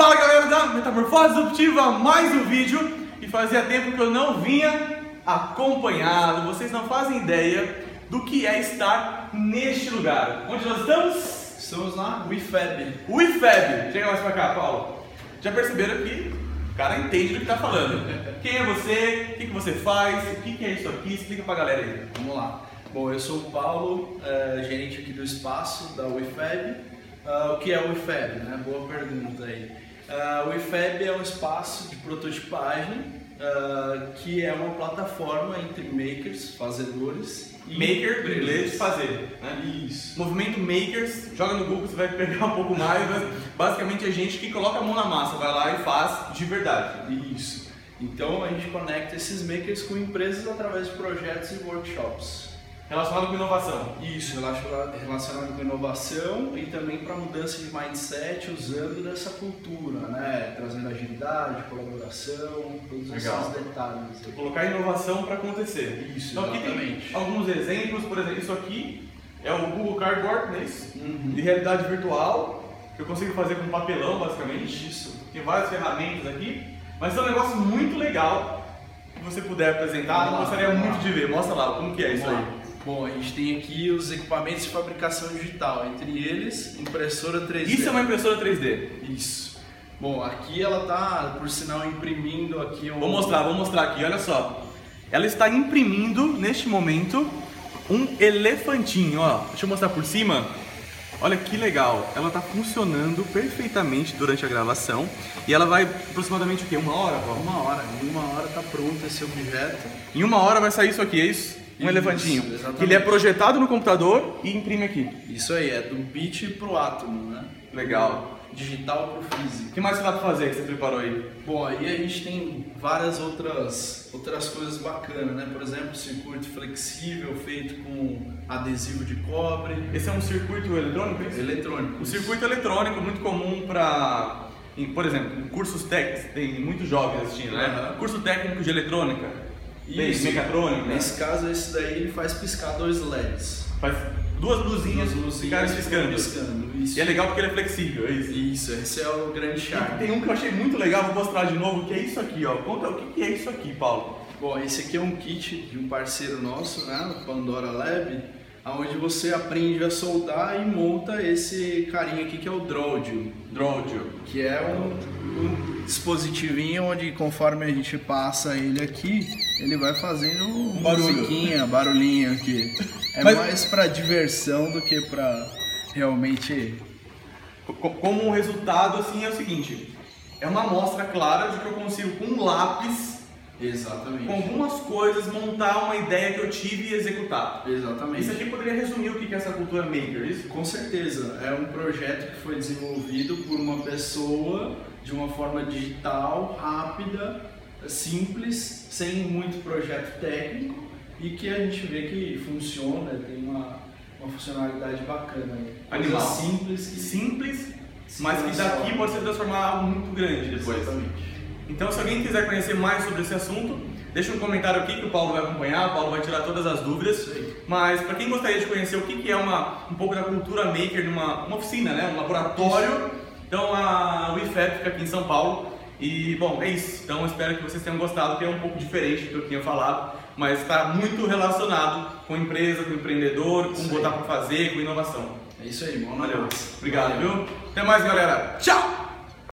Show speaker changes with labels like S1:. S1: a Metamorfose Disruptiva, mais um vídeo. E fazia tempo que eu não vinha acompanhado. Vocês não fazem ideia do que é estar neste lugar. Onde nós estamos?
S2: Estamos na WeFab.
S1: O IFEB. Chega mais pra cá, Paulo. Já perceberam que o cara entende do que tá falando. Quem é você? O que, que você faz? O que, que é isso aqui? Explica pra galera aí.
S2: Vamos lá. Bom, eu sou o Paulo, eh, gerente aqui do espaço da WeFab. Ah, o que é a WeFab? Né? Boa pergunta aí. Ah, a WeFab é um espaço de prototipagem ah, que é uma plataforma entre makers, fazedores e
S1: Maker, em inglês,
S2: empresas.
S1: fazer. Né?
S2: Isso.
S1: Movimento Makers, joga no Google, você vai pegar um pouco mais, mas basicamente é gente que coloca a mão na massa, vai lá e faz de verdade.
S2: Isso. Então a gente conecta esses makers com empresas através de projetos e workshops.
S1: Relacionado com inovação.
S2: Isso, relaciona- relacionado com inovação e também para mudança de mindset usando dessa cultura, né? Trazendo agilidade, colaboração, todos
S1: Legal.
S2: esses detalhes. aí.
S1: Colocar inovação para acontecer.
S2: Isso,
S1: Então aqui tem
S2: exatamente.
S1: alguns exemplos, por exemplo, isso aqui é o Google Cardboard, não é isso?
S2: Uhum.
S1: De realidade virtual, que eu consigo fazer com papelão basicamente.
S2: Isso.
S1: Tem várias ferramentas aqui, mas é um negócio muito legal que você puder apresentar, eu
S2: Vamos lá,
S1: gostaria
S2: vamos
S1: muito
S2: lá.
S1: de ver. Mostra lá como que é isso
S2: Vamos
S1: aí.
S2: lá. Bom, a gente tem aqui os equipamentos de fabricação digital, entre eles impressora 3D.
S1: Isso é uma impressora 3D.
S2: Isso. Bom, aqui ela tá, por sinal, imprimindo aqui um.
S1: Vou mostrar, vou mostrar aqui, olha só. Ela está imprimindo, neste momento, um elefantinho, ó. Deixa eu mostrar por cima. Olha que legal, ela está funcionando perfeitamente durante a gravação e ela vai aproximadamente o quê? Uma hora, Paulo?
S2: Uma hora, em uma hora tá pronto esse objeto.
S1: Em uma hora vai sair isso aqui, é isso? Um
S2: Isso,
S1: elefantinho.
S2: exatamente.
S1: Que ele é projetado no computador e imprime aqui.
S2: Isso aí, é do bit pro átomo, né?
S1: Legal.
S2: Digital pro
S1: O
S2: físico.
S1: que mais você dá pra fazer que você preparou aí?
S2: Bom, aí a gente tem várias outras, outras coisas bacanas, né? Por exemplo, circuito flexível feito com adesivo de cobre,
S1: Esse é um circuito eletrônico? é isso?
S2: eletrônico.
S1: O circuito eletrônico é muito comum para, por exemplo, em cursos técnicos, tem muitos jovens assistindo, né?
S2: Aham.
S1: Curso técnico de eletrônica, tem
S2: Isso.
S1: mecatrônica,
S2: Nesse caso, esse daí ele faz piscar dois LEDs.
S1: faz duas blusinhas,
S2: Duas luzinhas
S1: ficaram
S2: ficam
S1: piscando.
S2: piscando. Isso.
S1: E é legal porque ele é flexível, é isso.
S2: Isso, esse é o grande
S1: E
S2: charme.
S1: tem um que eu achei muito legal, vou mostrar de novo, que é isso aqui, ó. Conta o que que é isso aqui, Paulo.
S2: Bom, esse aqui é um kit de um parceiro nosso, né, o Pandora Lab, onde você aprende a soldar e monta esse carinha aqui que é o Drawdio,
S1: Drawdio.
S2: que é um, um dispositivinho onde conforme a gente passa ele aqui, ele vai fazendo um
S1: barulho.
S2: musiquinha, barulhinho aqui. É
S1: Mas-
S2: mais pra diversão do que pra realmente
S1: Co- Como um resultado, assim, é o seguinte, é uma amostra clara de que eu consigo, com um lápis, com
S2: Exatamente.
S1: algumas coisas, montar uma ideia que eu tive e executar. Isso
S2: Exatamente.
S1: aqui poderia resumir o que é essa cultura maker, isso?
S2: Com certeza, é um projeto que foi desenvolvido por uma pessoa de uma forma digital, rápida, simples, sem muito projeto técnico e que a gente vê que funciona, tem uma, uma funcionalidade bacana. aí.
S1: Animal.
S2: Coisa Simples que
S1: Simples, mas que
S2: transforma.
S1: daqui pode se transformar em algo muito grande depois.
S2: Exatamente.
S1: Então, se alguém quiser conhecer mais sobre esse assunto, deixa um comentário aqui que o Paulo vai acompanhar, o Paulo vai tirar todas as dúvidas.
S2: Isso aí.
S1: Mas para quem gostaria de conhecer o que que é uma, um pouco da cultura maker numa uma oficina, né? um laboratório, então a WeFab fica aqui em São Paulo. E bom, é isso. Então eu espero que vocês tenham gostado, que é um pouco diferente do que eu tinha falado, mas está muito relacionado com empresa, com empreendedor, com
S2: Isso aí.
S1: botar para fazer, com inovação.
S2: É isso aí, mano.
S1: Valeu. Obrigado, viu? Até mais, galera. Tchau!